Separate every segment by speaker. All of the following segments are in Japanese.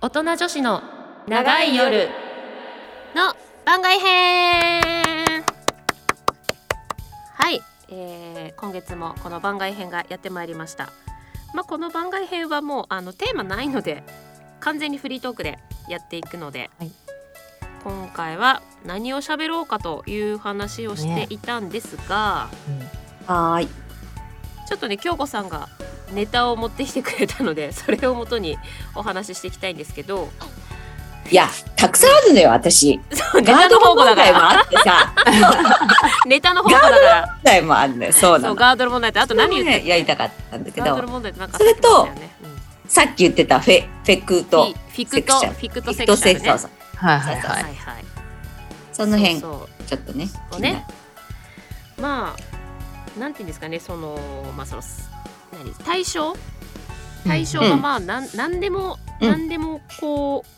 Speaker 1: 大人女子の長い夜
Speaker 2: の番外編はい、えー今月もこの番外編がやってまいりましたまあこの番外編はもうあのテーマないので完全にフリートークでやっていくので、
Speaker 1: はい
Speaker 2: 今回は何を喋ろうかという話をしていたんですが、
Speaker 3: はーい。
Speaker 2: ちょっとね京子さんがネタを持ってきてくれたので それをもとにお話ししていきたいんですけど
Speaker 3: いや、たくさんあるのよ、私。
Speaker 2: ネ
Speaker 3: ガ
Speaker 2: タ
Speaker 3: ー
Speaker 2: の
Speaker 3: ド
Speaker 2: 方
Speaker 3: 問
Speaker 2: 向だか
Speaker 3: 題も
Speaker 2: ら
Speaker 3: あってさ、
Speaker 2: ネタの方向だから
Speaker 3: 問題もあるのよ、そうな
Speaker 2: そう
Speaker 3: の。
Speaker 2: ガードル問題ってあと何言って
Speaker 3: ねやりたかったんだけ
Speaker 2: ガードル
Speaker 3: ど、
Speaker 2: 問題ってなんか
Speaker 3: それと
Speaker 2: あったんだよねうん
Speaker 3: さっき言ってたフェフェク
Speaker 2: フ
Speaker 3: と
Speaker 2: ィ、フィクト
Speaker 3: セクシャル
Speaker 2: フィクトセクシャルね
Speaker 3: そうそう
Speaker 1: はい
Speaker 3: はい
Speaker 2: は
Speaker 3: はい
Speaker 2: はい
Speaker 3: その辺、
Speaker 2: そうそ
Speaker 3: ちょっとね、
Speaker 2: そ
Speaker 3: 気
Speaker 2: う
Speaker 3: に
Speaker 2: ね
Speaker 3: なる
Speaker 2: うまあなんていうんですかねそのまあその何対象対象が
Speaker 3: うん
Speaker 2: まあなん何でも
Speaker 3: うん
Speaker 2: 何でもこう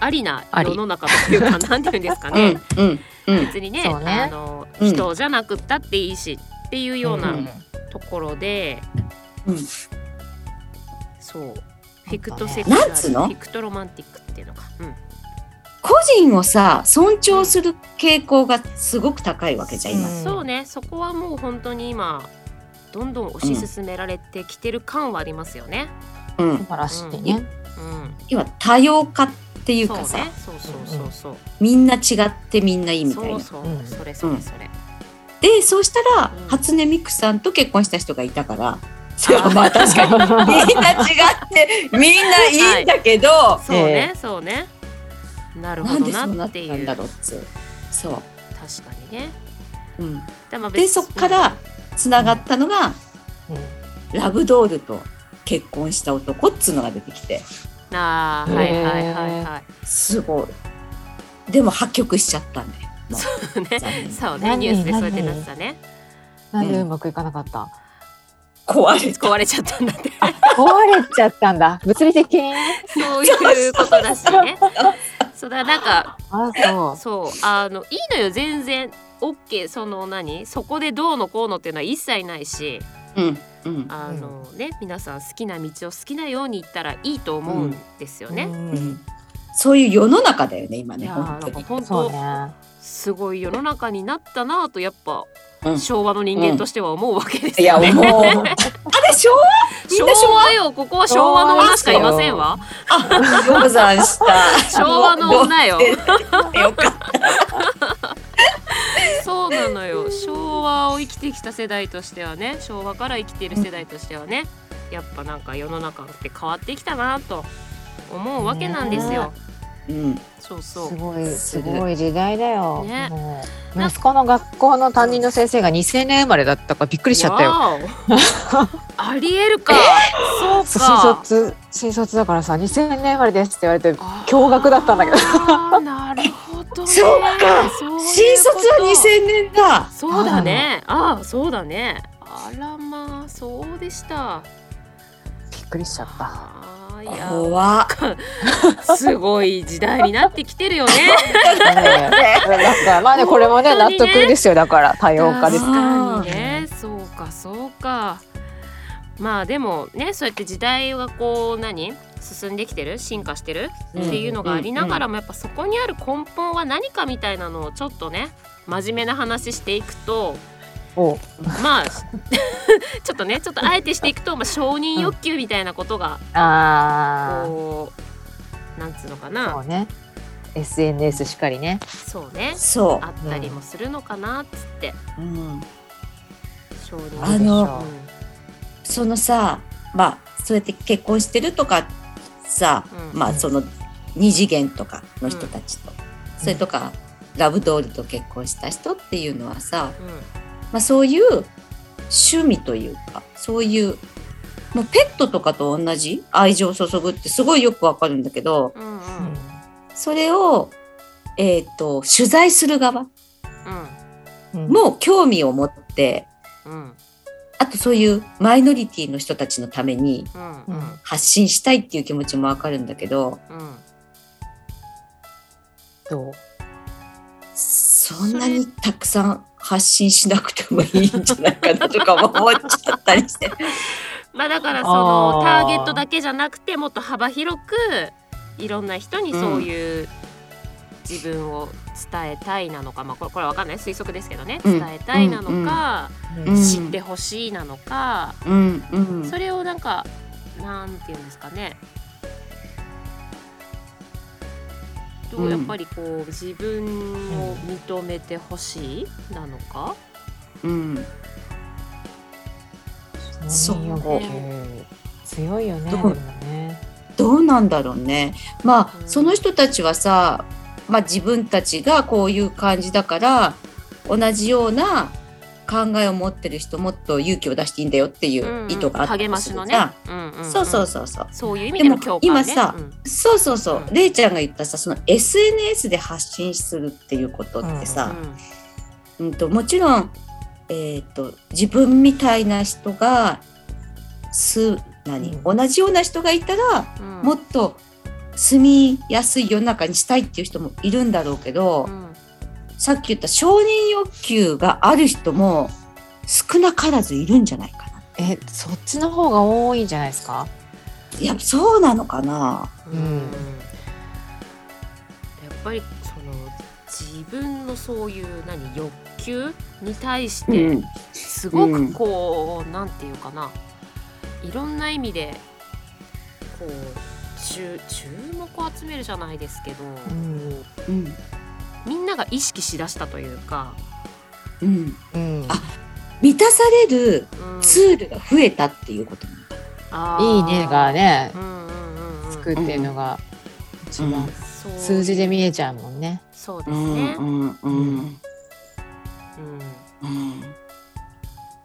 Speaker 2: ありな
Speaker 1: あり
Speaker 2: 世の中というか なんていうんですかね
Speaker 3: うん、うん、うん。
Speaker 2: 別にね
Speaker 1: そうね
Speaker 2: あの
Speaker 3: うん
Speaker 2: 人じゃなくったっていいしっていうような
Speaker 3: うん
Speaker 2: ところで
Speaker 3: うん
Speaker 2: そうフィクトセクシ
Speaker 3: なん
Speaker 2: ャ
Speaker 3: つ
Speaker 2: ル
Speaker 3: うの
Speaker 2: フィクトロマンティックっていうのかうん
Speaker 3: 個人をさ、尊重する傾向がすごく高いわけじゃん、今。
Speaker 1: うん
Speaker 2: そうねそこはもう本当に今どんどん推し進められてきてる感はありますよね。
Speaker 3: うん
Speaker 1: 素。晴らしいね、
Speaker 2: うん、
Speaker 3: 今、多様化っていうか
Speaker 2: そう
Speaker 3: さ
Speaker 2: ね、そうそうそうそう、
Speaker 3: みんな違ってみんないいみたい
Speaker 2: そう
Speaker 3: な。
Speaker 2: そう、
Speaker 1: うん
Speaker 2: それそれそれ、
Speaker 3: で、そうしたら
Speaker 2: うん、
Speaker 3: 初音ミクさんと結婚した人がいたから、
Speaker 2: ー
Speaker 3: まあ確かに みんな違ってみんないいんだけど、
Speaker 2: そうね、そうねなる
Speaker 3: な
Speaker 2: ほ
Speaker 3: ん
Speaker 2: ど
Speaker 3: でそうな
Speaker 2: な
Speaker 3: っ
Speaker 2: ったていうん
Speaker 3: だろうっつうそ
Speaker 2: 確かにね
Speaker 3: う、うん、
Speaker 2: で,、まあ別に
Speaker 3: でそこからつながったのが、ラブドールと結婚した男っつうのが出てきて
Speaker 2: あーはいはいはいはい、
Speaker 3: すごいでも破局しちゃったんだ よ
Speaker 2: ね
Speaker 3: 残念
Speaker 2: そうね
Speaker 1: 何
Speaker 2: ニュースでそうやってなってたね
Speaker 1: なんでうまくいかなかった、
Speaker 3: 壊れた
Speaker 2: 壊れちゃったんだって
Speaker 1: 壊れちゃったんだ物理的にね
Speaker 2: そういうことだしね そうだからなんか
Speaker 1: あそ
Speaker 2: そうあのいいのよ全然 OK その何そこでどうのこうのっていうのは一切ないし
Speaker 3: うんうん
Speaker 2: あの、ね皆さん好きな道を好きなように行ったらいいと思うんですよ
Speaker 1: う
Speaker 2: ね。
Speaker 1: うん
Speaker 3: うんそういう世の中だよね今
Speaker 2: い
Speaker 3: ね
Speaker 2: や
Speaker 3: 本
Speaker 2: ー
Speaker 3: 当
Speaker 2: なんか
Speaker 3: に
Speaker 2: 本
Speaker 1: そう
Speaker 2: 当、
Speaker 1: ね
Speaker 2: すごい世の中になったなぁとやっぱ、
Speaker 3: うん
Speaker 2: 昭和の人間としては思うわけです
Speaker 3: い
Speaker 2: よ
Speaker 3: や
Speaker 2: ね。
Speaker 3: もう あれ昭和みん
Speaker 2: 昭
Speaker 3: な昭和
Speaker 2: 和よここは昭和の女しかいませんわ
Speaker 3: あよくざんした
Speaker 2: 昭和の女よ
Speaker 3: よかった
Speaker 2: そうなのよ昭和を生きてきた世代としてはね昭和から生きている世代としてはねやっぱなんか世の中って変わってきたなと思うわけなんですよ。
Speaker 3: うん
Speaker 2: そうそ
Speaker 1: す
Speaker 2: う
Speaker 1: ごい
Speaker 3: す
Speaker 1: す
Speaker 3: る
Speaker 1: ごい時代だよ、
Speaker 2: ね
Speaker 1: もう
Speaker 2: な
Speaker 1: 息子の学校の担任の先生が2000年生まれだったからびっくりしちゃったよ
Speaker 2: わおありえるか。そう
Speaker 1: 新
Speaker 2: か。
Speaker 1: 卒新卒だからさ2000年生まれですって言われて
Speaker 2: あー
Speaker 1: 驚愕だったんだけど。
Speaker 2: あーなるほ ど、ね。
Speaker 3: そうか
Speaker 2: そういうこと
Speaker 3: 新卒は2000年だ
Speaker 2: そうだね。ああ、そうだね。あらまあ、そうでした。
Speaker 1: びっくりしちゃった。
Speaker 2: あーいや、
Speaker 3: 怖っ
Speaker 2: すごい時代になってきてるよ ね。
Speaker 1: ねえこれなんかまあねこれもね
Speaker 2: 本当
Speaker 1: 納
Speaker 2: にね
Speaker 1: 得ですよだから多様化です
Speaker 2: 確
Speaker 3: あ。
Speaker 2: かにねそうかそうかまあでもねそうやって時代がこう何進んできてる進化してる
Speaker 3: うん
Speaker 2: っていうのがありながらもやっぱそこにある根本は何かみたいなのをちょっとね真面目な話していくと
Speaker 1: おう
Speaker 2: まあちょっとねちょっとあえてしていくと、まあ、承認欲求みたいなことが
Speaker 1: あ
Speaker 2: こうなんつうのか
Speaker 1: あそ
Speaker 2: な
Speaker 1: うね。SNS しかりね。
Speaker 2: そうね
Speaker 3: そ
Speaker 2: あったりもするのかなっつって
Speaker 3: う、うん、
Speaker 2: 承認
Speaker 3: あ
Speaker 2: 欲
Speaker 3: の
Speaker 2: 求
Speaker 3: そのさまあそうやって結婚してるとかさ、
Speaker 2: うん
Speaker 3: まあその二次元とかの人たちと、それとか、ラブドールと結婚した人っていうのはさ、
Speaker 2: うんうん
Speaker 3: まあ、そういう趣味というかそういうもうペットとかと同じ愛情を注ぐってすごいよくわかるんだけど
Speaker 2: うんうん
Speaker 1: うん
Speaker 3: それを、えー、と取材する側
Speaker 1: うん
Speaker 3: も興味を持って
Speaker 2: うんうん
Speaker 3: あとそういうマイノリティの人たちのために
Speaker 2: うん
Speaker 1: う
Speaker 2: うんん
Speaker 3: 発信したいっていう気持ちもわかるんだけど
Speaker 2: うん
Speaker 1: どう
Speaker 3: そんなにたくさん発信しなくてもいいんじゃないかなとかも思っちゃっ たりして。
Speaker 2: まあだからその
Speaker 1: あー
Speaker 2: ターゲットだけじゃなくてもっと幅広くいろんな人にそういう自分を伝えたいなのか、まあこれこれは分かんない推測ですけどね
Speaker 3: うん
Speaker 2: 伝えたいなのか、
Speaker 1: うん
Speaker 3: うん
Speaker 2: 知ってほしいなのか、
Speaker 3: うんうん
Speaker 2: それをなんかなんていうんですかねど
Speaker 3: う
Speaker 2: うんやっぱりこう自分を認めてほしいなのか、
Speaker 3: うん
Speaker 1: 承認欲
Speaker 2: そう
Speaker 1: 求
Speaker 2: ね
Speaker 1: 強いよね。
Speaker 3: どこ
Speaker 1: でもね
Speaker 3: どうなんだろうね。ま
Speaker 2: う
Speaker 3: あ
Speaker 2: ん
Speaker 3: その人たちはさ、まあ、自分たちがこういう感じだから同じような考えを持ってる人もっと勇気を出していいんだよってい
Speaker 2: うんう
Speaker 3: うん意図があったり
Speaker 2: 励ますし
Speaker 3: る
Speaker 2: の
Speaker 3: じ
Speaker 2: ね
Speaker 3: ゃん、
Speaker 2: うんうんうん
Speaker 3: そうそうそうそう。
Speaker 2: そういう意味での
Speaker 3: でも
Speaker 2: 共感ね
Speaker 3: 今さ
Speaker 2: うん
Speaker 3: そうそうそう、
Speaker 2: うん
Speaker 3: れいちゃんが言ったさその SNS で発信するっていうことって
Speaker 2: う
Speaker 3: さ、
Speaker 2: ん
Speaker 3: うんともちろん、えー、と自分みたいな人がす何、
Speaker 1: う
Speaker 3: 同じような人がいたら
Speaker 2: うん
Speaker 3: もっと住みやすい世の中にしたいっていう人もいるんだろうけど、
Speaker 2: うん
Speaker 3: さっき言った承認欲求がある人も少なからずいるんじゃないかな。
Speaker 1: え、そっちの方が多いんじゃないですか。
Speaker 3: いやそうなのかな。
Speaker 1: うん
Speaker 2: やっぱりその自分のそういう何欲求に対してすごくこう、なんていうかないろんな意味でこう注注目を集めるじゃないですけど、
Speaker 1: うん。
Speaker 3: うん
Speaker 2: みんなが意識しだしたというか、
Speaker 3: うん、
Speaker 1: うん。
Speaker 3: あ満たされる
Speaker 2: うん
Speaker 3: ツールが増えたっていうことなのかな
Speaker 2: あー
Speaker 1: いいねがね
Speaker 2: う、んうんうんうん
Speaker 1: つくっていうのが一番、
Speaker 3: うん
Speaker 2: そう
Speaker 1: 数字で見えちゃうもんね。
Speaker 2: そうですね、うん
Speaker 3: んうん
Speaker 2: うん
Speaker 3: うん、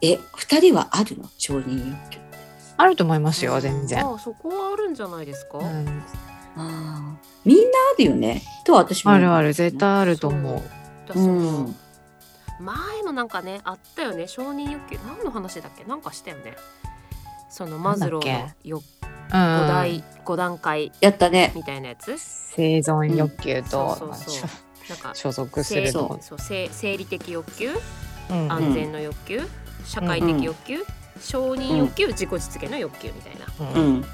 Speaker 3: え二人はあるの承認欲求
Speaker 1: あると思いますよ、全然。
Speaker 2: あそこはあるんじゃないですか、
Speaker 1: うん
Speaker 3: あーみんなあるよねとは私も
Speaker 1: あるある、絶対あると思う。
Speaker 2: だ
Speaker 3: う
Speaker 2: そ
Speaker 3: ん
Speaker 2: の前もなんかねあったよね承認欲求何の話だっけなんかしたよねそのマズローのよ
Speaker 1: う
Speaker 2: 五
Speaker 1: ん。
Speaker 2: 大五段階
Speaker 3: やったね
Speaker 2: みたいなやつ
Speaker 1: 生存欲求と、
Speaker 2: そうそうそう
Speaker 1: ま
Speaker 2: なんか
Speaker 1: あ所属す
Speaker 2: 生
Speaker 1: ると
Speaker 2: そ
Speaker 1: こ
Speaker 2: う。生生理的欲求
Speaker 1: うん
Speaker 2: 安全の欲求、社会的欲求、承認欲求、自己実現の欲求みたいな
Speaker 1: うん
Speaker 3: うん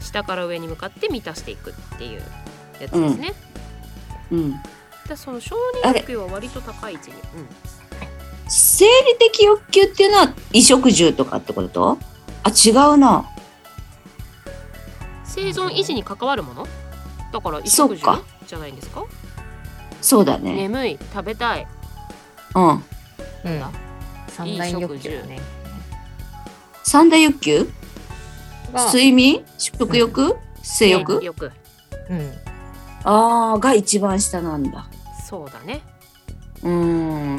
Speaker 2: 下から上に向かって満たしていくっていうやつですね、
Speaker 3: うん
Speaker 2: だその承認欲求は割と高い位置に、うん
Speaker 3: 生理的欲求っていうのは衣食住とかってことあ違うな
Speaker 2: 生存維持に関わるものだから衣
Speaker 3: そう
Speaker 2: 食
Speaker 3: か
Speaker 2: 住じゃないんですか
Speaker 3: そうだね
Speaker 2: 眠い食べたい
Speaker 3: うん
Speaker 1: うん三大欲求だね。
Speaker 3: 三大欲求
Speaker 1: が
Speaker 3: 睡眠食欲、性欲、
Speaker 2: よく
Speaker 1: うん。
Speaker 3: あーが一番下なんだ
Speaker 2: そうだね
Speaker 3: うーんうんう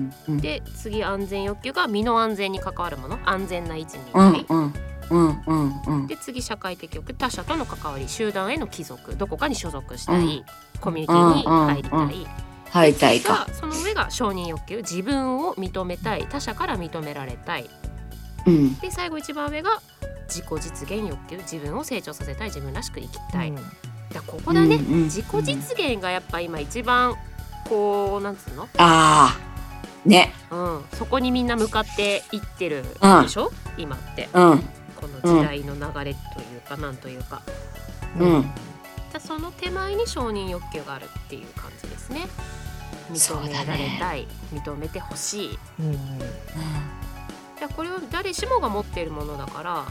Speaker 3: んうん
Speaker 2: で次安全欲求が身の安全に関わるもの安全な位置にいた
Speaker 3: う
Speaker 2: い、
Speaker 3: んうんうんうんうん
Speaker 2: で次社会的欲求他者との関わり集団への帰属どこかに所属したい、
Speaker 3: うん
Speaker 2: コミュニティに入りたい、
Speaker 3: うんうんはいたいか
Speaker 2: がその上が承認欲求自分を認めたい他者から認められたい
Speaker 3: うん
Speaker 2: で最後一番上が自己実現欲求自分を成長させたい自分らしく生きたい、
Speaker 1: うん
Speaker 2: だここだね、
Speaker 3: うんうん
Speaker 2: 自己実現がやっぱ今一番こうなんつうの
Speaker 3: ああね
Speaker 2: うん、そこにみんな向かっていってるでしょ、今って
Speaker 3: うん
Speaker 2: この時代の流れというかなんというか、
Speaker 3: うん
Speaker 2: だその手前に承認欲求があるっていう感じですね
Speaker 3: そう
Speaker 2: 認
Speaker 3: だね
Speaker 2: められたい、認めてほしい
Speaker 1: うん
Speaker 2: だこれは誰しもが持っているものだから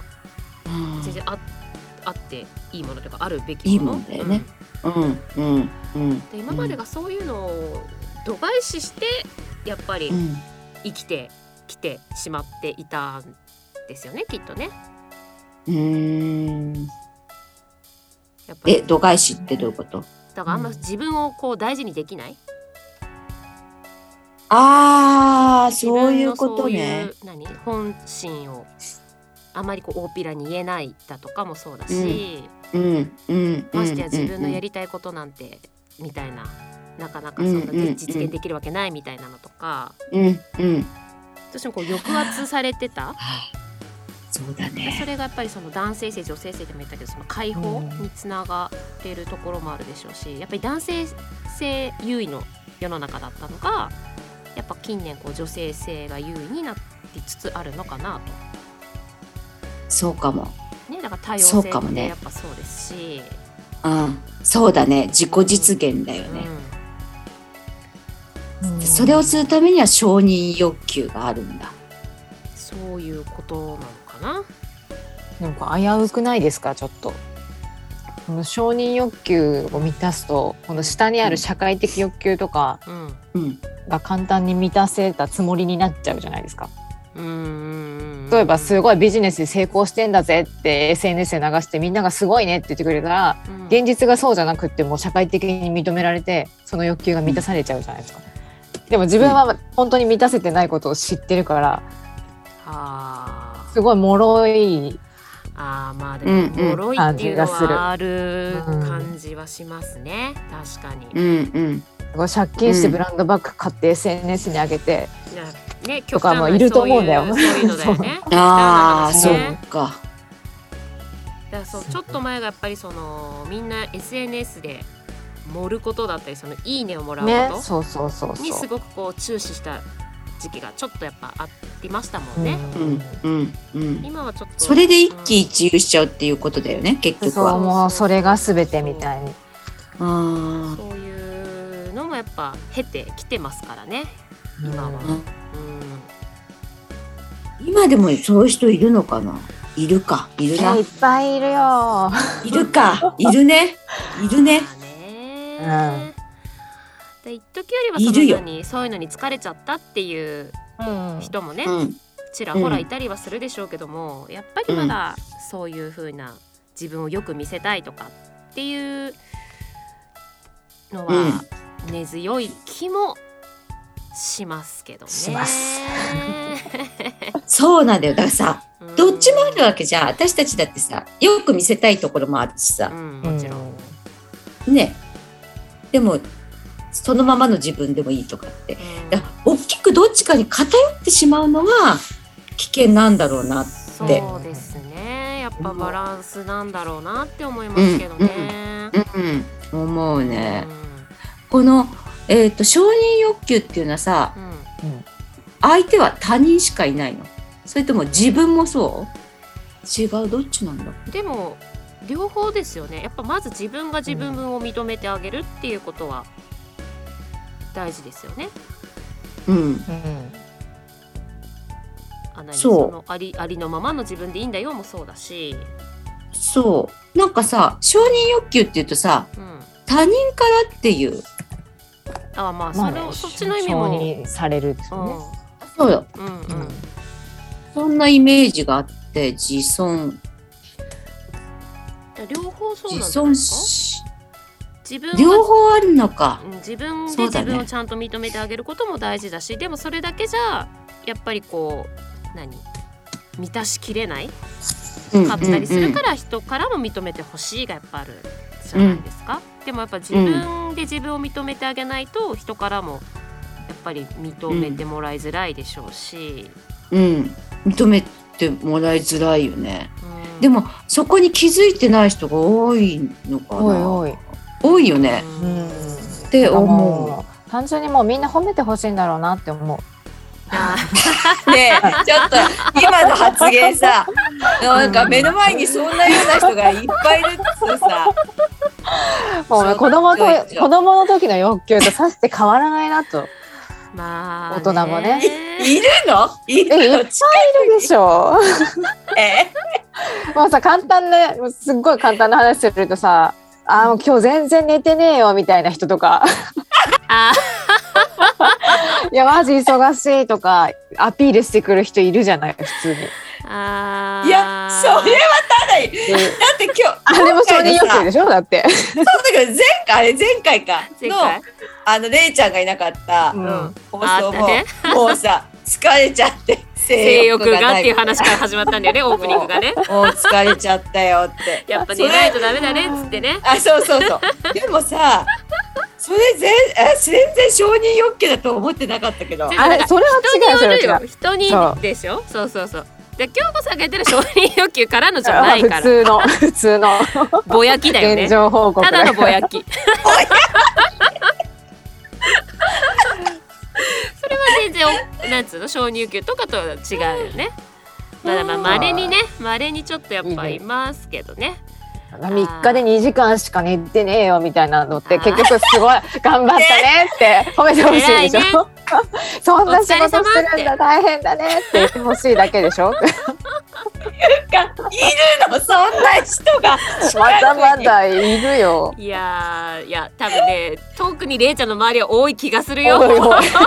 Speaker 3: うん
Speaker 2: 全然ああっていいものというかあるべ
Speaker 3: い
Speaker 2: き
Speaker 3: い
Speaker 2: も
Speaker 3: も
Speaker 2: の
Speaker 3: んだよねうんうんうん
Speaker 2: うんで今までがそういうのを度外視してやっぱり
Speaker 3: うん
Speaker 2: 生きてきてしまっていたんですよねきっとね
Speaker 3: うーん
Speaker 2: やっぱり
Speaker 3: え度外視ってどういうこと
Speaker 2: だからあんま
Speaker 1: うん
Speaker 2: 自分をこう大事にできない、
Speaker 3: ああ
Speaker 2: 自
Speaker 3: そうい
Speaker 2: 分の
Speaker 3: うことね。
Speaker 2: そういう何本心をあまりこう大っぴらに言えないだとかもそうだし、
Speaker 3: うんうん
Speaker 2: ましてや自分のや
Speaker 3: り
Speaker 2: りたいことなんてみたいななかなかそんな
Speaker 3: うんうんうん
Speaker 2: 実現できるわけないみたいなのとか、
Speaker 3: うんうん
Speaker 2: どうしてもこう抑圧されてた
Speaker 3: そうだ
Speaker 2: そ
Speaker 3: ね。
Speaker 2: れがやっぱりその男性性女性性でも言ったけどその解放につながっているところもあるでしょうしやっぱり男性性優位の世の中だったのがやっぱ近年こう女性性が優位になってつつあるのかな
Speaker 3: そうかも。
Speaker 2: と、ね、だから多様
Speaker 3: そう
Speaker 2: 性
Speaker 3: かも
Speaker 2: っ
Speaker 3: ね
Speaker 2: てやっぱそうですし
Speaker 3: うん、そうだね自己実現だよ
Speaker 2: う
Speaker 3: ね、
Speaker 2: ん
Speaker 1: うん
Speaker 3: それをするためには承認欲求があるんだ
Speaker 2: そういうことなのか
Speaker 1: な
Speaker 2: な
Speaker 1: んか危うくないですかちょっとこの承認欲求を満たすとこの下にある社会的欲求とか
Speaker 2: うん
Speaker 3: うん
Speaker 1: が簡単に満たせたつもりになっちゃうじゃないですか
Speaker 2: うんうんうん
Speaker 1: 例えばすごいビジネスで成功してんだぜって SNS で流してみんながすごいねって言ってくれたら
Speaker 2: うん
Speaker 1: 現実がそうじゃなくってもう社会的に認められてその欲求が満たされちゃうじゃないですか。でも自分は本当に満たせてないことを知ってるから
Speaker 2: あー
Speaker 1: すごい脆い
Speaker 2: あーまあで
Speaker 3: うん
Speaker 2: も
Speaker 3: うん
Speaker 2: 脆いってい
Speaker 1: 感じ
Speaker 2: うの
Speaker 1: がする
Speaker 2: はある
Speaker 1: うん
Speaker 2: 感じはしますね、確かに、
Speaker 3: うんうん
Speaker 1: すごい借金してブランドバッグ買って SNS に上げて、
Speaker 2: なね
Speaker 1: とかもいると思うんだよ
Speaker 2: 極端なそういうそういうのだよ ね
Speaker 3: ああ、
Speaker 2: そ
Speaker 3: そうう
Speaker 2: なんで
Speaker 3: か。
Speaker 2: だからそうちょっと前がやっぱりそのみんな SNS で盛ることだったりそのいいねをもらう
Speaker 1: ね
Speaker 2: こ
Speaker 1: そうそうそう
Speaker 2: とに
Speaker 1: そ
Speaker 2: す
Speaker 1: う。
Speaker 2: ごくこう注視した時期がちょっとやっぱありましたもんね、
Speaker 3: うんうんうん。
Speaker 2: 今はちょっと
Speaker 3: それで一喜一憂しちゃうっていうことだよね、結局
Speaker 1: そう
Speaker 3: は。
Speaker 1: もうそれが全てみたいに
Speaker 3: あ
Speaker 2: そういうのもやっぱ経てきてますからね今は
Speaker 3: ーう
Speaker 2: う
Speaker 3: ん
Speaker 2: ん
Speaker 3: 今でもそういう人いるのかな。いるか、いる
Speaker 1: いや
Speaker 3: な。
Speaker 1: いっぱいいるよ。
Speaker 3: いるか、いるね。いるね
Speaker 2: ま。あね
Speaker 1: うん
Speaker 2: で一時よりはそ
Speaker 3: いるよ
Speaker 2: のにそういうのに疲れちゃったっていう
Speaker 1: うん
Speaker 2: 人もね、
Speaker 3: うん。
Speaker 2: ちらほらいたりはするでしょうけども、やっぱりまだそういう風な自分をよく見せたいとかっていうのは根強い気もしますけどね。
Speaker 1: します
Speaker 3: そうなんだよ。だからさ、
Speaker 2: うん
Speaker 3: どっちもあるわけじゃん。私たちだってさ、よく見せたいところもあるし
Speaker 2: う
Speaker 3: さ。
Speaker 2: ん、もちろん。
Speaker 1: うん
Speaker 3: ね。でも、そのままの自分でもいいとかって。だから大きくどっちかに偏ってしまうのは危険なんだろうな。って
Speaker 2: そうですね。やっぱバランスなんだろうなって思いますけどね。
Speaker 3: うん、思う
Speaker 2: うん
Speaker 3: ね。この、えー、と承認欲求っていうのはさ
Speaker 2: うん
Speaker 3: 相手は他人しかいないのそれとも自分もそう違うどっちなんだ
Speaker 2: でも両方ですよねやっぱまず自分が自分を認めてあげるっていうことは大事ですよね。
Speaker 3: うん
Speaker 1: うん
Speaker 2: あ何
Speaker 3: そう
Speaker 2: のありありのままの自分でいいんだよもそうだし、
Speaker 3: そうなんかさ承認欲求っていうとさ
Speaker 2: うん、
Speaker 3: 他人からっていう
Speaker 2: あまあそ
Speaker 1: まあ
Speaker 2: れを、
Speaker 1: ね
Speaker 2: そっちの意味も
Speaker 1: 承認されるっていううんね。
Speaker 3: そうよ
Speaker 2: うんうん
Speaker 1: うん
Speaker 3: そんなイメージがあって自尊
Speaker 2: じゃあ両方そうなんじゃ
Speaker 3: 自
Speaker 2: ない
Speaker 3: 尊
Speaker 2: です
Speaker 3: し
Speaker 2: か自分
Speaker 3: 両
Speaker 2: は
Speaker 3: 方あるのか
Speaker 2: うん自分で
Speaker 3: そうだ
Speaker 2: 自
Speaker 3: ね
Speaker 2: 分をちゃんと認めてあげることも大事だしでもそれだけじゃやっぱりこう何満たしきれない
Speaker 3: うん
Speaker 2: 買ったりするか
Speaker 3: うん
Speaker 2: ら人からも認めてほしいがやっぱあるじゃないですか、でもやっぱ自分で自分を認めてあげないと人からもやっぱり認めてもらいづらいでしょうし、
Speaker 3: うん認めてもらいづらいよね
Speaker 2: うん
Speaker 3: でもそこに気づいてない人が多いのかな
Speaker 1: おいおい。
Speaker 3: 多いよね
Speaker 2: う
Speaker 1: うんん
Speaker 3: って思
Speaker 1: もう単純にもうみんな褒めてほしいんだろうなって思う。
Speaker 2: あ
Speaker 3: う。ねえちょっと今の発言さなんか目の前にそんなような人がいっぱいいるっつうさ
Speaker 1: もうね子供と
Speaker 3: そう
Speaker 1: 子供の時の欲求とさして変わらないなと。
Speaker 2: ーまあ、
Speaker 1: 大人も ね
Speaker 3: いるのい
Speaker 1: え
Speaker 3: る
Speaker 1: い
Speaker 3: の
Speaker 1: っぱいいるでしょ。
Speaker 3: え
Speaker 1: もうさ簡単ね、もうすっごい簡単な話するとさ、あーもう今日全然寝てねえよみたいな人とか、
Speaker 2: あ
Speaker 1: いやマジ忙しいとかアピールしてくる人いるじゃない普通に。
Speaker 2: あー
Speaker 3: いやそれはただだって
Speaker 1: で
Speaker 3: 今日
Speaker 1: あれも承認
Speaker 3: 今回の
Speaker 1: 欲求
Speaker 3: さ
Speaker 1: でしょだって。
Speaker 3: そうだけど前回あれ前回か
Speaker 2: 正解
Speaker 3: のあのレイちゃんがいなかった
Speaker 1: うん
Speaker 2: うん
Speaker 3: 放
Speaker 2: あ
Speaker 3: 送
Speaker 2: った
Speaker 3: も
Speaker 2: ね
Speaker 3: もうさ疲れちゃって
Speaker 2: 性
Speaker 3: 性
Speaker 2: 欲
Speaker 3: 欲が
Speaker 2: がっ
Speaker 3: な
Speaker 2: ていう
Speaker 3: い
Speaker 2: 話から始まったんだよねオープニングがね
Speaker 3: もう疲れちゃったよって
Speaker 2: やっぱ
Speaker 3: それ
Speaker 2: 寝ないとダメだねっつってね
Speaker 3: あそうそうそう でもさそれ全え全然承認欲求だと思ってなかったけど
Speaker 2: でも
Speaker 1: あれそれは違うそ
Speaker 2: 人
Speaker 1: れ
Speaker 2: によ
Speaker 1: は違う。
Speaker 2: るよ人に
Speaker 1: そう
Speaker 2: でしょそうそうそうで京子さんが言ってる承認欲求からのじゃ
Speaker 1: まあ
Speaker 2: ない
Speaker 1: 普
Speaker 2: から
Speaker 1: 通の普通の
Speaker 2: ぼやきだよね
Speaker 1: 現状報告
Speaker 2: ただのぼやきそれは全然おなんつうの承認欲求とかとは違うよねまだまあ
Speaker 1: うん
Speaker 2: まれにねまれにちょっとやっぱ
Speaker 1: いいね
Speaker 2: いますけどね
Speaker 1: 3日で2時間しか寝てねえよみたいなのって結局すごい頑張ったねって褒めてほしいでし
Speaker 2: 偉いね
Speaker 1: ょ そんな
Speaker 2: お疲
Speaker 1: 仕
Speaker 2: れ様って
Speaker 1: 事してるんだ大変だねって言ってほしいだけでし ょ
Speaker 3: るのそんな人が
Speaker 1: まだまだいるよ。
Speaker 2: いやーいや多分ね特にれいちゃんの周りは多い気がするよ
Speaker 1: おいおい
Speaker 2: 京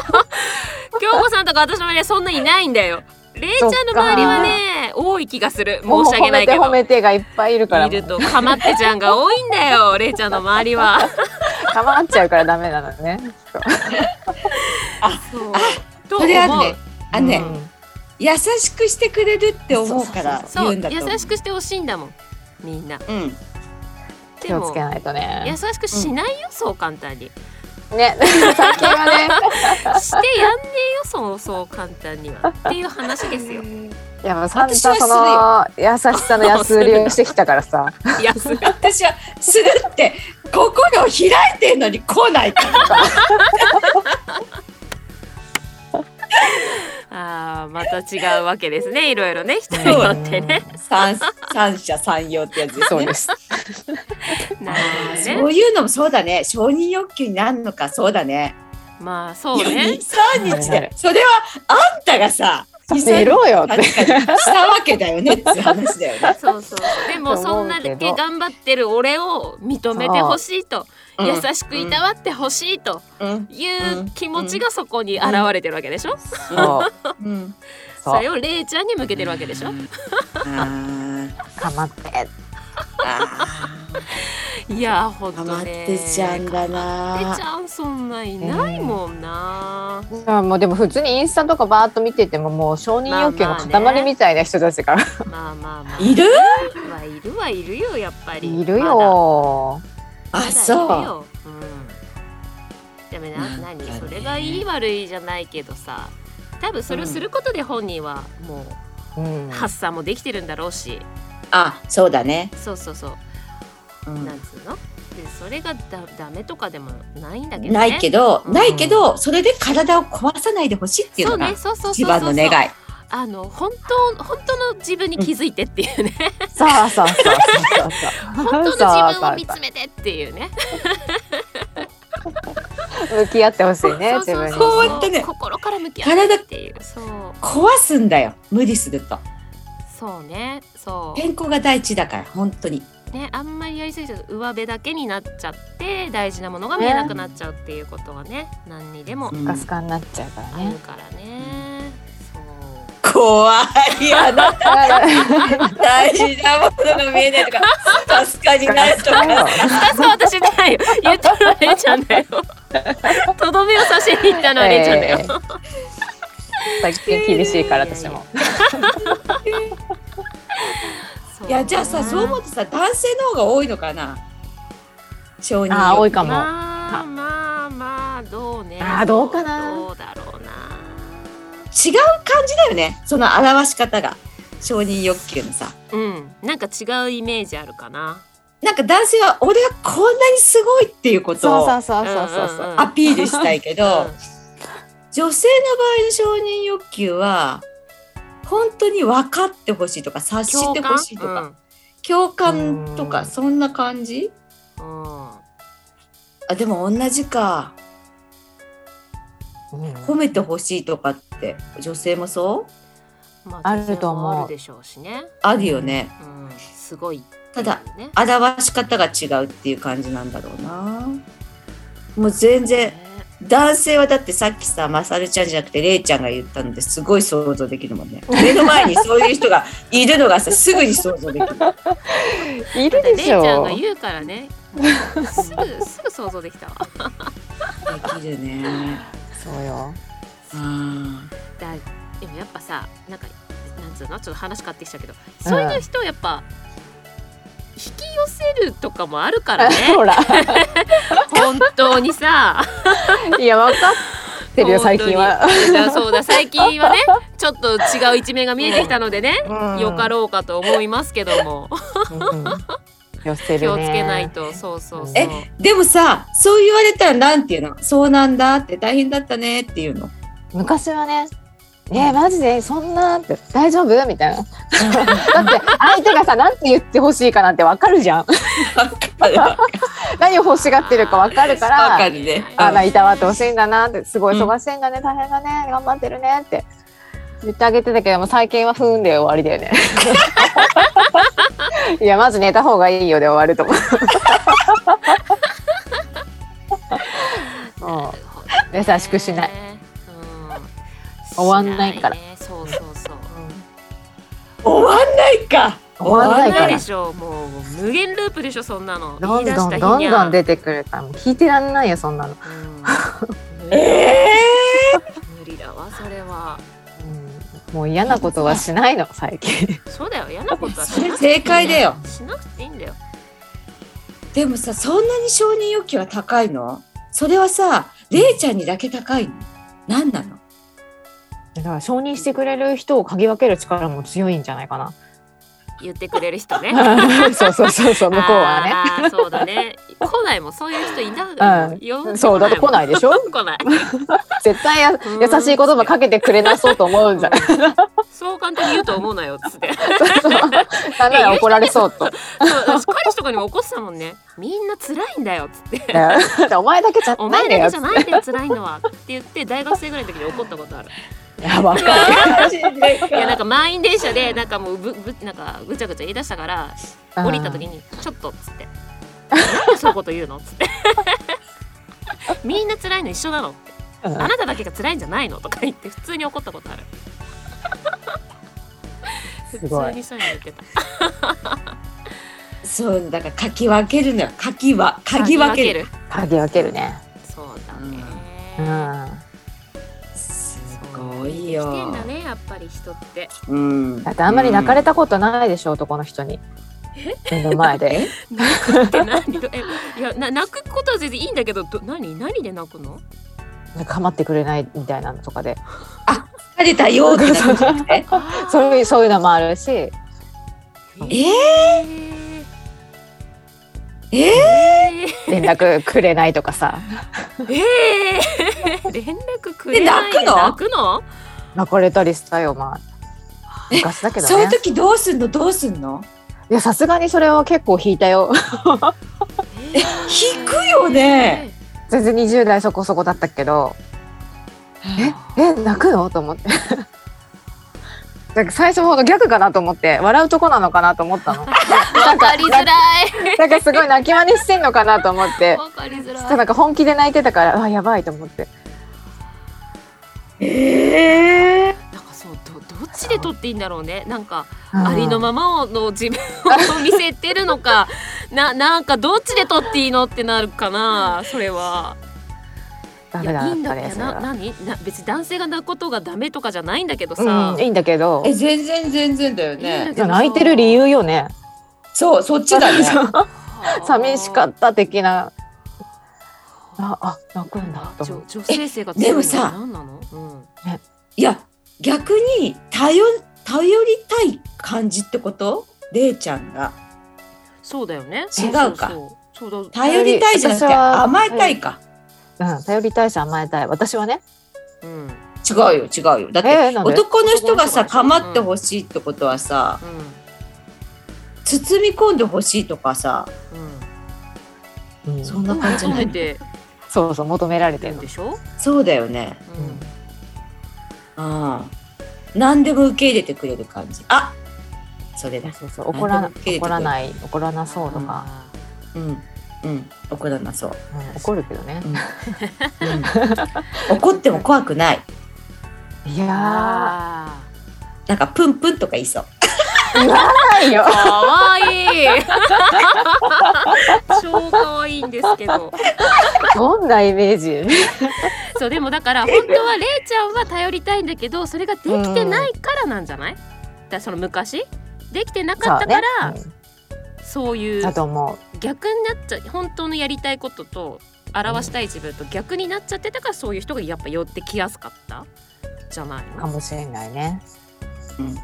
Speaker 2: 子さんとか私の周りはそんないないんだよれいちゃんの周りはね多い気がする申し訳ないけ
Speaker 1: もう褒
Speaker 2: ど
Speaker 1: めて褒めてがいっぱいいるから
Speaker 2: いるとかまってちゃんが多いんだよれいちゃんの周りは
Speaker 1: かまっちゃうからダメなのね。
Speaker 2: そうと
Speaker 3: それは
Speaker 2: 思
Speaker 3: ね
Speaker 2: う
Speaker 3: あのね、
Speaker 1: うん
Speaker 3: 優しくしてくれるって思うから言
Speaker 2: そううん
Speaker 3: だと思う
Speaker 2: 優しくしてほしいんだもんみんな
Speaker 3: うん
Speaker 1: 気
Speaker 2: で
Speaker 1: をつ
Speaker 2: も
Speaker 1: けないと
Speaker 2: 優
Speaker 1: ね。
Speaker 2: しくしないよ、そう簡単に
Speaker 1: ね 最近はね。
Speaker 2: してやんねえよそうそう簡単にはっていう話です よ
Speaker 1: いやもう散々
Speaker 3: 私はす
Speaker 1: その優しさの安売りをしてきたから さ。
Speaker 2: 安い
Speaker 3: 私はするって心を開いてるのに来ない から
Speaker 2: あーまた違うわけですねいろいろね人によってね。
Speaker 3: 三三者三様ってやつです
Speaker 1: そう
Speaker 3: ね
Speaker 1: です。
Speaker 2: なるほど
Speaker 3: そ
Speaker 2: ね
Speaker 3: ういうのもそうだね承認欲求になるのかそうだね
Speaker 2: まあそうね
Speaker 3: 23日でそれはあんたがさ
Speaker 1: 寝ろよ って。
Speaker 3: 確かにしたわけだよねっていう話だよね。
Speaker 2: そうそうでもそんなだけ頑張ってる俺を認めてほしいと
Speaker 3: うん
Speaker 2: 優しくいたわってほしいと
Speaker 3: うん
Speaker 2: いう気持ちがそこに現れてるわけでしょ
Speaker 1: そう。
Speaker 3: うん
Speaker 2: そ
Speaker 1: そう
Speaker 2: れ。をれいちゃんに向けてるわけでしょ
Speaker 3: あー
Speaker 1: かまって。
Speaker 3: あ
Speaker 2: いやーほん
Speaker 3: ーハ
Speaker 2: と
Speaker 3: マっ
Speaker 2: ね
Speaker 3: てちゃんだ
Speaker 2: かまってち
Speaker 3: な。
Speaker 2: ゃんそんないないもんな、
Speaker 1: いやもうでも普通にインスタとかバーっと見ててももう承認欲求の
Speaker 2: まあまあね
Speaker 1: 塊みたいな人たちが
Speaker 2: まあまあまあ
Speaker 3: いる？
Speaker 2: はいるはいるよやっぱり
Speaker 1: いるよ。
Speaker 2: まだ
Speaker 3: あそう。
Speaker 2: う、うん、でもな
Speaker 3: なんか
Speaker 2: 何
Speaker 3: ね
Speaker 2: それがいい悪いじゃないけどさ多分それをすることで本人はも
Speaker 1: うん
Speaker 2: う。発散もできてるんだろうし、
Speaker 3: あそうだね。
Speaker 2: そうそうそう、
Speaker 3: うん
Speaker 2: なんつうのでそれがだダメとかでもないんだけどね
Speaker 3: ないけ
Speaker 2: ど
Speaker 3: ど、
Speaker 2: うん
Speaker 3: ないけど、それで体を壊さないでほしいっていう
Speaker 2: そ
Speaker 3: の
Speaker 2: う
Speaker 3: が
Speaker 2: ねそうそうそうそう
Speaker 3: 一番の願い。
Speaker 2: あの本当本当の自分に気づいてっていうね、
Speaker 1: そうそうそうそうそう。
Speaker 2: 本当の自分を見つめてっていうね
Speaker 1: 向き合ってほしいね
Speaker 2: そう
Speaker 1: 自
Speaker 2: そう
Speaker 1: 分
Speaker 2: そう
Speaker 1: に。
Speaker 3: こうやってね
Speaker 2: 心から向き合ってっていうそう
Speaker 3: 壊すんだよ。無理すると。
Speaker 2: そうねそう
Speaker 3: 健康が第一だから、本当に。
Speaker 2: ね、あんまりやりすぎちゃうと上辺だけになっちゃって大事なものが見えなくなっちゃうっていうことはね何にでも
Speaker 3: うん
Speaker 1: スカスカになっちゃうから
Speaker 2: あ
Speaker 1: ね
Speaker 2: る。からね、そう
Speaker 3: 怖い。あなた 大事なものが見えないとか、スカスカになると か。
Speaker 2: あそう私じゃないよ言ったのはれいちゃんだよとどめを刺しに行ったのはれいちゃんだよ、
Speaker 1: えー最近厳しいから私も。
Speaker 2: そう
Speaker 3: いや、じゃあさ、そう思うとさ、男性の方が多いのかな。承認欲求。
Speaker 1: あー多いかも。
Speaker 2: まあまあまあどうね
Speaker 1: あーどうかな
Speaker 2: どうだろうな
Speaker 3: 違う感じだよね。その表し方が。承認欲求のさ。
Speaker 2: うんなんか違うイメージあるかな
Speaker 3: なんか男性は、俺はこんなにすごいっていうことを。
Speaker 1: そうそうそうそうそうそう。
Speaker 2: んんん
Speaker 3: アピールしたいけど、女性の場合の承認欲求は本当に分かってほしいとか察してほしいとか共感,、と
Speaker 1: う
Speaker 3: か
Speaker 1: ん
Speaker 3: そんな感じ
Speaker 2: うんうん
Speaker 3: あでも同じか
Speaker 1: うん
Speaker 3: 褒めてほしいとかって女性もそう
Speaker 2: ま
Speaker 1: あると思う
Speaker 2: 女性もあるでしょうしね。
Speaker 3: あるよね
Speaker 2: うん、すごいっていう
Speaker 3: ただ
Speaker 2: ね。
Speaker 3: 表し方が違うっていう感じなんだろうなもう全然
Speaker 2: ね
Speaker 3: 男性はだってさっきさまさるちゃんじゃなくてれいちゃんが言ったのですごい想像できるもんね目の前にそういう人がいるのがさすぐに想像できる
Speaker 1: い
Speaker 2: だっ
Speaker 1: る
Speaker 2: て
Speaker 1: で
Speaker 2: れいち
Speaker 1: しょ。
Speaker 2: ゃんが言うからね。すぐすぐ想像できたわ。
Speaker 3: できるね。
Speaker 1: そうよ。
Speaker 3: うん
Speaker 2: だでもやっぱさなんかなんつうのちょっと話変わってきたけど、そういう人をやっぱ引き寄せるとかもあるからね
Speaker 1: 。ほら。
Speaker 2: 本当にさ。
Speaker 1: いや分かってるよ最近は。
Speaker 2: 本当に。だからそうだ最近はねちょっと違う一面が見えてきたのでね。よか
Speaker 1: ろ。
Speaker 2: ろうかと思いますけども
Speaker 1: うん寄せるね。
Speaker 2: 気をつけないとそうそうそう
Speaker 1: え
Speaker 3: でもさ、そう言われたらなんていうのそうなんだって大変だったねっていうの。
Speaker 1: 昔はね。えー、マジでそんなって大丈夫みたいな。 だって相手がさ何て言ってほしいかなんてわかるじゃん。 何を欲しがってるかわかるから。
Speaker 3: わかるね。
Speaker 1: あ
Speaker 3: うん
Speaker 1: ら、いたわってほしいんだなって、すごい忙しいんだね、大変だね、頑張ってるねって言ってあげてたけども、最近は不運で終わりだよ ね。いや、まず寝た方がいいよで終わると思 う。うん優しくしない。
Speaker 2: うん、
Speaker 1: 終わんないから
Speaker 2: しねそうそうそう。
Speaker 3: 終わんないか。
Speaker 1: 終わん
Speaker 2: 終
Speaker 1: なん
Speaker 2: わ
Speaker 1: い
Speaker 2: な
Speaker 1: か
Speaker 2: い
Speaker 1: ら
Speaker 2: で。しょ。もう無限ループでしょそんなの。
Speaker 1: どん
Speaker 2: 言い出
Speaker 1: ど
Speaker 2: し
Speaker 1: ん
Speaker 2: た
Speaker 1: ど
Speaker 2: 日
Speaker 1: ん
Speaker 2: にゃ
Speaker 1: どん出てくるから、もう聞いてらんないよ、そんなの。
Speaker 2: うん無理
Speaker 3: え
Speaker 2: 無理だわそれは。
Speaker 1: うんもう嫌なことはしないの、最近。
Speaker 2: そうだよ嫌なことは
Speaker 3: それ 正解だよ
Speaker 2: しなくていいんだよ。
Speaker 3: ーでもさ、そんなに承認欲求は高いの？それはさ、れいちゃんにだけ高いの？なんなの？
Speaker 1: だから承認してくれる人を嗅ぎ分ける力も強いんじゃないか な。
Speaker 2: 言ってくれる 人ね。
Speaker 1: そうそうそうそう、向こうはね。
Speaker 2: あーそうだね。来ないもんそういう人いな
Speaker 1: うん
Speaker 2: いよ。
Speaker 1: そうだって来ないでしょ
Speaker 2: 来ない。
Speaker 1: 絶対や
Speaker 2: ん
Speaker 1: 優しい言葉かけてくれなそうと思うんじゃ ない
Speaker 2: そう簡単に言うと思うなよっ つって。
Speaker 1: なんなら怒られそうと。
Speaker 2: そう私彼氏とかにも怒ってたもんね。みんな辛いんだよっつって。
Speaker 1: だってお前だけじゃ
Speaker 2: お
Speaker 1: ない
Speaker 2: 前
Speaker 1: んだよ
Speaker 2: だけじ。ゃないんだよ辛いのはって言って大学生ぐらいの時に怒ったことある。
Speaker 1: いやわか
Speaker 2: いやなんか満員電車でなんかもうぶぶなんかぐちゃぐちゃ言い出したから
Speaker 1: る
Speaker 2: 降りた時に「ちょっと」っつって「なんでそういうこと言うの?」っつって 「みんな辛いの一緒なの
Speaker 1: うん
Speaker 2: あなただけが辛いんじゃないの?」とか言って普通に怒ったことある
Speaker 1: すご
Speaker 2: 普通
Speaker 1: い。
Speaker 2: にそういうの言ってた
Speaker 3: そうだから書き分けるのよ。書きは書き分け
Speaker 2: 嗅
Speaker 3: る。
Speaker 2: ぎ
Speaker 1: 嗅ぎ分けるね。
Speaker 2: そうだね、
Speaker 1: うん。
Speaker 3: すごいよ。
Speaker 2: してんだねやっぱり人 って
Speaker 3: うん。
Speaker 1: だってあんまり泣かれ
Speaker 3: た。
Speaker 1: たことないでしょ、男の人に。目の前で。
Speaker 2: って何どえいやな泣くことは全然いいんだけどど何何で泣くの
Speaker 1: 構ってくれないみたいなのとかで。
Speaker 3: 疲れたようってなっちゃう ね
Speaker 1: そういう、そういうのもあるし。
Speaker 3: え
Speaker 2: え
Speaker 3: ー、えー、
Speaker 2: え
Speaker 1: 連絡くれないとかさ。
Speaker 2: ええ連絡くれないで
Speaker 3: え泣
Speaker 2: 泣
Speaker 3: く
Speaker 2: くの
Speaker 1: 泣かれたりしたよ、まあ。昔だ けど
Speaker 3: そういう
Speaker 1: ね。
Speaker 3: 時どうすんのどうすんの？
Speaker 1: いや、さすがにそれは結構引いたよ。
Speaker 2: え
Speaker 3: 引くよね。
Speaker 1: 全然20代そこそこだったけどええ泣くのと思って なんか最初ほど逆かなと思って笑うとこなのかなと思 ったのなん
Speaker 2: わか
Speaker 1: か
Speaker 2: りづらい
Speaker 1: なんかすごい泣き真似してんのかなと思 って
Speaker 2: わかり
Speaker 1: そ
Speaker 2: づ
Speaker 1: し
Speaker 2: ら
Speaker 1: たら
Speaker 2: い
Speaker 1: なんか本気で泣いてたからあやばいと思って
Speaker 3: ええ
Speaker 2: なんかそうどどっちで取っていいんだろうねなんか
Speaker 1: うん
Speaker 2: ありのままの自分を見せてる のかななんかどっちで取っていいのってなるかなそれは
Speaker 1: ダ
Speaker 2: い
Speaker 1: メだ
Speaker 2: やいい
Speaker 1: っ
Speaker 2: ん
Speaker 1: た
Speaker 2: だっ
Speaker 1: ね
Speaker 2: け
Speaker 1: それ
Speaker 2: な
Speaker 1: は
Speaker 2: 何な別に男性が泣くことがダメとかじゃないんだけど
Speaker 1: う
Speaker 2: さ
Speaker 1: ん、いいんだけど
Speaker 3: え全然全然だよね。
Speaker 1: いや泣いてる理由よね
Speaker 3: そうそっち だね。
Speaker 1: 寂しかった的なああ泣くんだと思っ
Speaker 2: 女
Speaker 1: て
Speaker 2: 女性性が
Speaker 3: えでもさ
Speaker 2: 強いのは何なの、うん
Speaker 3: いや逆に頼頼りたい感じってこと？れいちゃんが
Speaker 2: そうだよね。
Speaker 3: 違うか
Speaker 2: そうそうそう。そうだ。
Speaker 3: 頼りたいじゃな
Speaker 1: 私
Speaker 3: くて
Speaker 1: は
Speaker 3: 甘えたいか。
Speaker 1: うん、頼りたいし甘えたい私はね
Speaker 2: うん。うん。
Speaker 3: 違うよ違うよ。だっ
Speaker 1: え
Speaker 3: て
Speaker 1: ーなんで
Speaker 3: 男の人がさ
Speaker 2: 男の人が
Speaker 3: 構ってほしいってことはさ包み込んでほしいとかさ
Speaker 1: うん
Speaker 3: そんな感じ
Speaker 2: う
Speaker 3: じ
Speaker 2: ん。
Speaker 3: ゃな
Speaker 2: 求め
Speaker 3: い。
Speaker 2: て
Speaker 1: そうそう求められて
Speaker 2: る
Speaker 1: る
Speaker 2: ん
Speaker 1: の
Speaker 2: でしょ。
Speaker 3: そうだよね。
Speaker 2: うん。
Speaker 3: うん。何でも受け入れてくれる感じ。あそれだ。
Speaker 1: そうそう怒らな
Speaker 3: なんでも受け入れ
Speaker 1: 怒
Speaker 3: てくれる
Speaker 1: らない怒らなそうとか、
Speaker 3: うん。うん。怒らなそう。
Speaker 1: うん怒るけどね、
Speaker 3: うん、怒っても怖くない。
Speaker 1: いや
Speaker 2: あ
Speaker 3: なんかプンプンとか言いそう。
Speaker 1: ー言わないよ
Speaker 2: ー。可愛い。超可愛いんですけど。
Speaker 1: どんなイメージ
Speaker 2: そうでもだから本当はれいちゃんは頼りたいんだけど、それができてないからなんじゃない？だその昔できてなかったから
Speaker 1: そうね
Speaker 2: そうい
Speaker 1: うん
Speaker 2: う
Speaker 1: だと思
Speaker 2: 逆になっちゃ本当のやりたいことと表したい自分と逆になっちゃってたからそういう人がやっぱ寄ってきやすかったじゃないう
Speaker 1: かもしれないね
Speaker 3: うん。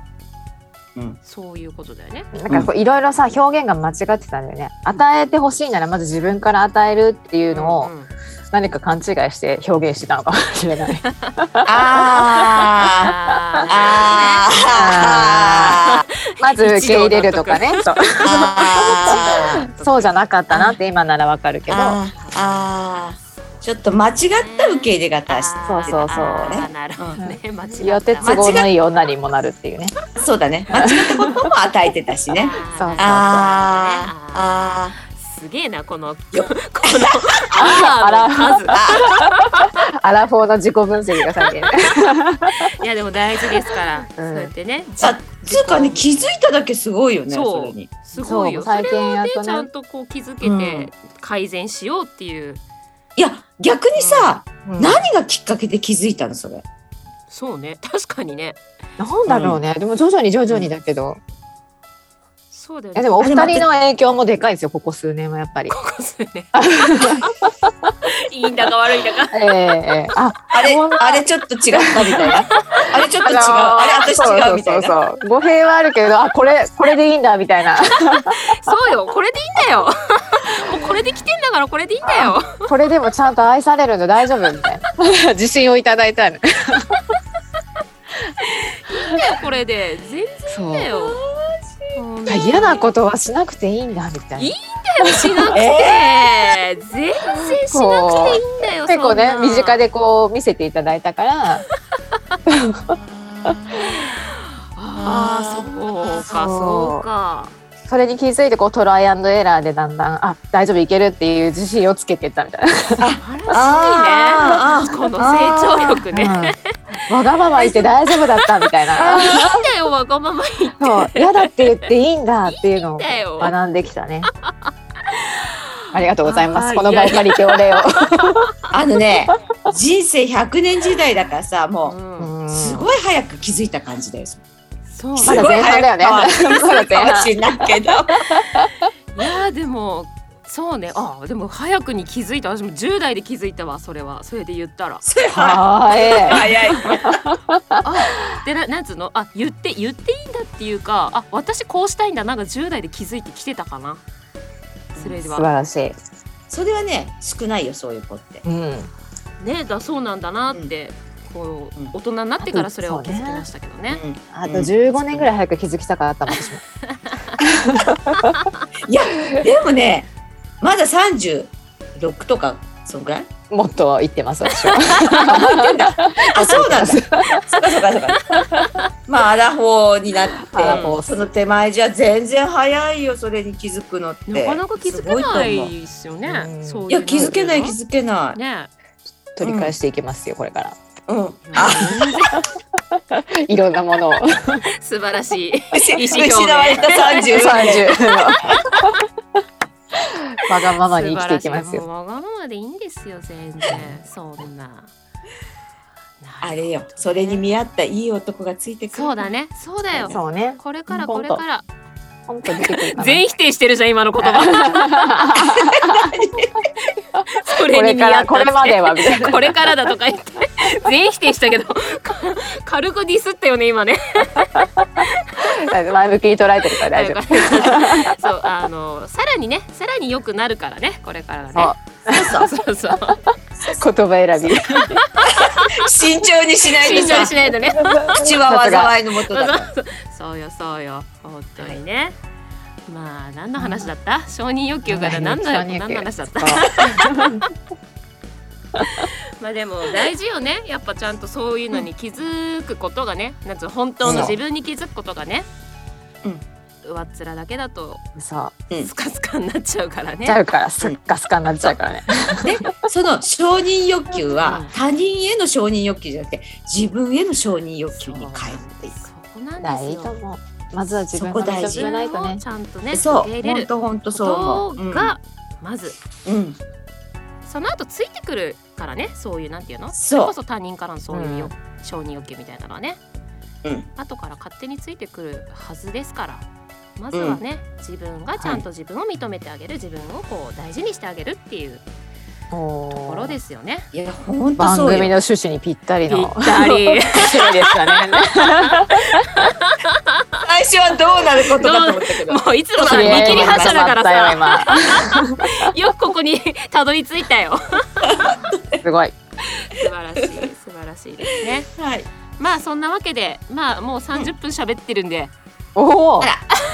Speaker 3: うん
Speaker 2: そういうことだよね。
Speaker 1: なんかこういろいろさ表現が間違ってたんだよね与えてほしいならまず自分から与えるっていうのを
Speaker 2: んん
Speaker 1: 何か勘違いして表現してたのかもしれない
Speaker 3: あー
Speaker 2: あ
Speaker 3: あー
Speaker 1: まず受け入れるとかねそう
Speaker 3: あー
Speaker 1: そうじゃなかったなって今ならわかるけど
Speaker 3: あーあーちょっと間違った受け入れ方し
Speaker 1: そうそうそう
Speaker 2: あーなるほどね。間違
Speaker 1: よって都合のいい女にもなるっていうね
Speaker 3: そうだね間違ったことも与えてたしね
Speaker 1: そうそう
Speaker 2: あ
Speaker 3: あ
Speaker 2: ー
Speaker 3: ー
Speaker 2: すげえなこのこの
Speaker 3: よ
Speaker 2: あら数。
Speaker 1: アラフォーの自己分析がさっきね
Speaker 2: いやでも大事ですから。
Speaker 1: ん
Speaker 2: そうやってね。
Speaker 3: あーあつうかね気づいただけすごいよね
Speaker 2: そう
Speaker 3: それに
Speaker 2: すごい
Speaker 1: そ
Speaker 2: よ。
Speaker 1: う
Speaker 2: それ
Speaker 1: 最
Speaker 2: を
Speaker 1: 近やっ
Speaker 2: ね
Speaker 1: とね
Speaker 2: ちゃんとこう気づけ
Speaker 3: う
Speaker 2: て
Speaker 3: ん
Speaker 2: 改善しようっていう。
Speaker 3: いや逆にさ、
Speaker 1: うんな
Speaker 3: 何がきっかけで気づいたのそれ
Speaker 2: そうね確かにね。
Speaker 1: んだろうねでも徐々に徐々にだけど
Speaker 2: そうだよ
Speaker 1: え
Speaker 2: ね。
Speaker 1: でもお二人の影響もでかいですよここ数年はやっぱり
Speaker 2: ここ数年いいんだか悪いんだか。
Speaker 1: ええええ あ
Speaker 3: あれ
Speaker 1: ほんま
Speaker 3: あれちょっと違ったみたいなあれちょっと違う、あれ私違うみたいな
Speaker 1: そうそうそうそう語弊はあるけれどあこれこれでいいんだみたい な
Speaker 2: そうよこれでいいんだよ。 もうこれで来てんだからこれでいいんだよ。
Speaker 1: これでもちゃんと愛されるんで大丈夫みたいな 自信をいただいたね
Speaker 2: これで全然
Speaker 1: そ
Speaker 2: だよ。
Speaker 1: 嫌なことはしなくていいんだみたいない
Speaker 2: いとしなくて、全然しなくていいんだよ。
Speaker 1: 結構ね
Speaker 2: そんな
Speaker 1: 身近。でこう見せていただいたから
Speaker 2: ああ、そうか、そうか。
Speaker 1: それに気づいてこうトライアンドエラーでだんだんあ大丈夫いけるっていう自信をつけていったみたい
Speaker 2: 素晴らしいね。この成長力ね。いいん
Speaker 1: な、うんわがまま言って大丈夫だったみたい な
Speaker 2: だよ、わがまま言っ
Speaker 1: そう嫌だって言っていいんだっていうのを
Speaker 2: いいんだよ
Speaker 1: 学んできた ねありがとうございま
Speaker 2: あー
Speaker 1: すこの場を借りてお礼を
Speaker 3: あのね人生100年時代だからさも
Speaker 2: て。
Speaker 3: う
Speaker 1: す
Speaker 3: す
Speaker 1: ごい
Speaker 3: ごい早く気づいた感じだよ
Speaker 2: そう。
Speaker 3: す
Speaker 1: まだ
Speaker 3: ごい
Speaker 1: 前半だよね
Speaker 3: 早くあ
Speaker 1: まだ前半
Speaker 3: かもしれないけど
Speaker 2: いや、でも。そうね、あでも早くに気づいた私も10代で気づいたわそれはそれで言ったら
Speaker 3: それは
Speaker 1: はーい
Speaker 3: 早い
Speaker 2: でななんつうのあ言って言っていいんだっていうかあ私こうしたいんだなんか10代で気づいてきてたかなそれで
Speaker 1: 素
Speaker 2: は
Speaker 1: 晴らしい、
Speaker 3: それはね少ないよそういう子って
Speaker 1: うん、
Speaker 2: ねだそうなんだなって、こ
Speaker 3: うん
Speaker 2: う大人になってからそれを気づきましたけどね。
Speaker 1: あと15年ぐらい早く気づきたかったもん私も
Speaker 3: いやでもねまだ36とかそんぐらい
Speaker 1: もっと言ってます私は
Speaker 3: あそうなんだそっかそっかそっかまあアラフォーになって
Speaker 1: ア
Speaker 2: ラフォー
Speaker 3: その手前じゃ全然早いよそれに気づくのって
Speaker 2: なかなか気づけな
Speaker 3: すごと思う
Speaker 2: いですよね。
Speaker 1: うん
Speaker 2: そういう
Speaker 3: いや気づけない気
Speaker 2: づ
Speaker 3: づけない
Speaker 2: ね。
Speaker 1: 取り返していきますよこれから
Speaker 3: うん。
Speaker 2: あ
Speaker 1: いろんなものを
Speaker 2: 素晴らしい。
Speaker 3: 失われた三十三十。
Speaker 1: 30のわがままに生きていきます
Speaker 2: 素晴らしいも
Speaker 1: よ
Speaker 2: うわがままでいいんですよ全然。そんな。
Speaker 3: あれよ、それに見合ったいい男がついてくる。
Speaker 2: そうだ。ね。そうだよ。
Speaker 1: そうね
Speaker 2: これからこれから。
Speaker 1: 本当に出てくるかな
Speaker 2: 全否定してるじゃん今の言葉。そ
Speaker 1: こ
Speaker 2: れに
Speaker 1: れ
Speaker 2: 見
Speaker 1: か
Speaker 2: 合
Speaker 1: ら
Speaker 2: った
Speaker 1: これまではみたいな
Speaker 2: これからだとか言って全否定したけどか軽くディスったよね今ね。
Speaker 1: 前向きに捉えてるから大丈夫
Speaker 2: そうあのさらにねさらに良くなるからねこれから
Speaker 1: そ
Speaker 2: がね。そうそうそう。
Speaker 1: う言葉選び
Speaker 3: 慎重にしない
Speaker 2: 慎
Speaker 3: と
Speaker 2: 重に
Speaker 3: さ、
Speaker 2: しないとね。
Speaker 3: 口は災いのもとだから。
Speaker 2: そうよそうよ本当にね。まあ何の話だった？承認欲求から何の何の話だった？まあでも大事よね。やっぱちゃんとそういうのに気づくことがね、なんつうの本当の自分に気づくことがね。
Speaker 3: うん
Speaker 2: 上っ面だけだと
Speaker 1: そう
Speaker 2: スカスカになっちゃうからね。
Speaker 1: ちゃうからすっかすかになっちゃうからね
Speaker 3: その承認欲求
Speaker 2: う
Speaker 3: は
Speaker 2: ん
Speaker 3: 他人への承認欲求じゃなくて、自分への承認欲求に変えてい
Speaker 2: そこなん
Speaker 1: 大
Speaker 2: で
Speaker 1: い
Speaker 2: す
Speaker 1: と
Speaker 2: よ。
Speaker 1: 思うまずは自分が認
Speaker 2: 自
Speaker 1: めないと
Speaker 2: 分を
Speaker 1: ね
Speaker 2: ちゃんとね
Speaker 3: く。そ
Speaker 2: 受け入
Speaker 3: う、
Speaker 2: れ
Speaker 3: 本
Speaker 2: る
Speaker 3: 当本当
Speaker 2: こ
Speaker 3: そう思
Speaker 2: と
Speaker 3: う。うん
Speaker 2: がまず
Speaker 3: うん、
Speaker 2: その後ついてくるからねそういうなんていうのそれ
Speaker 3: そ
Speaker 2: こ
Speaker 3: う、
Speaker 2: そ他人からのそういうよ、
Speaker 1: うん
Speaker 2: 承認欲求みたいなのはね
Speaker 3: うん、
Speaker 2: 後から勝手についてくるはずですからまずはね、自分がちゃんと自分を認めてあげる、自分をこう大事にしてあげるっていう
Speaker 1: と
Speaker 2: ところですよね。
Speaker 3: いや本当
Speaker 1: 番
Speaker 3: そう
Speaker 1: 組の
Speaker 3: よ。
Speaker 1: 趣 旨にぴったりの
Speaker 2: ぴったり
Speaker 1: 趣味でしたね。
Speaker 3: 最初はどうなることかと思ったけど。
Speaker 2: もういつもさ見
Speaker 3: そうね
Speaker 2: 切り発車だから
Speaker 1: 始
Speaker 2: さ
Speaker 1: まったよ
Speaker 2: よくここに たどり着いたよ
Speaker 1: 今すごい。
Speaker 2: 素晴らしい素晴らしいですね
Speaker 3: はい。
Speaker 2: まあそんなわけでまあもう30分喋ってるんで、
Speaker 1: おお。
Speaker 3: あ
Speaker 1: わ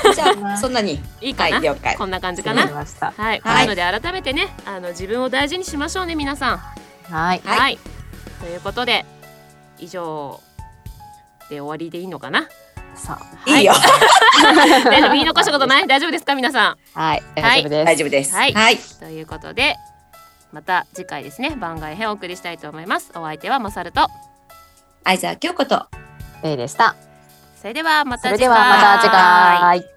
Speaker 3: ら、じゃあそんなに。
Speaker 2: いいか
Speaker 3: は
Speaker 2: な、
Speaker 3: い、了解。
Speaker 2: こんな感じか
Speaker 1: かり
Speaker 2: な
Speaker 1: ました。
Speaker 2: はい、
Speaker 3: は
Speaker 2: な
Speaker 3: い
Speaker 2: ので改めてねあの自分を大事にしましょうね皆さん
Speaker 1: はい。
Speaker 3: はい
Speaker 2: ということで以上で終わりでいいの かな
Speaker 1: さ
Speaker 3: いいよ。
Speaker 2: 大丈夫言い残したことない大丈夫ですか皆さん
Speaker 1: あ、はい。大丈夫です。
Speaker 3: 大丈夫です。
Speaker 2: はい
Speaker 3: はい。
Speaker 2: ということでまた次回ですね番外編をお送りしたいと思いますお相手はマサルと
Speaker 3: 相沢京子と
Speaker 1: レイでした。
Speaker 2: それではまた
Speaker 1: そ
Speaker 2: 次
Speaker 1: れ
Speaker 2: 回
Speaker 1: ではまた次回。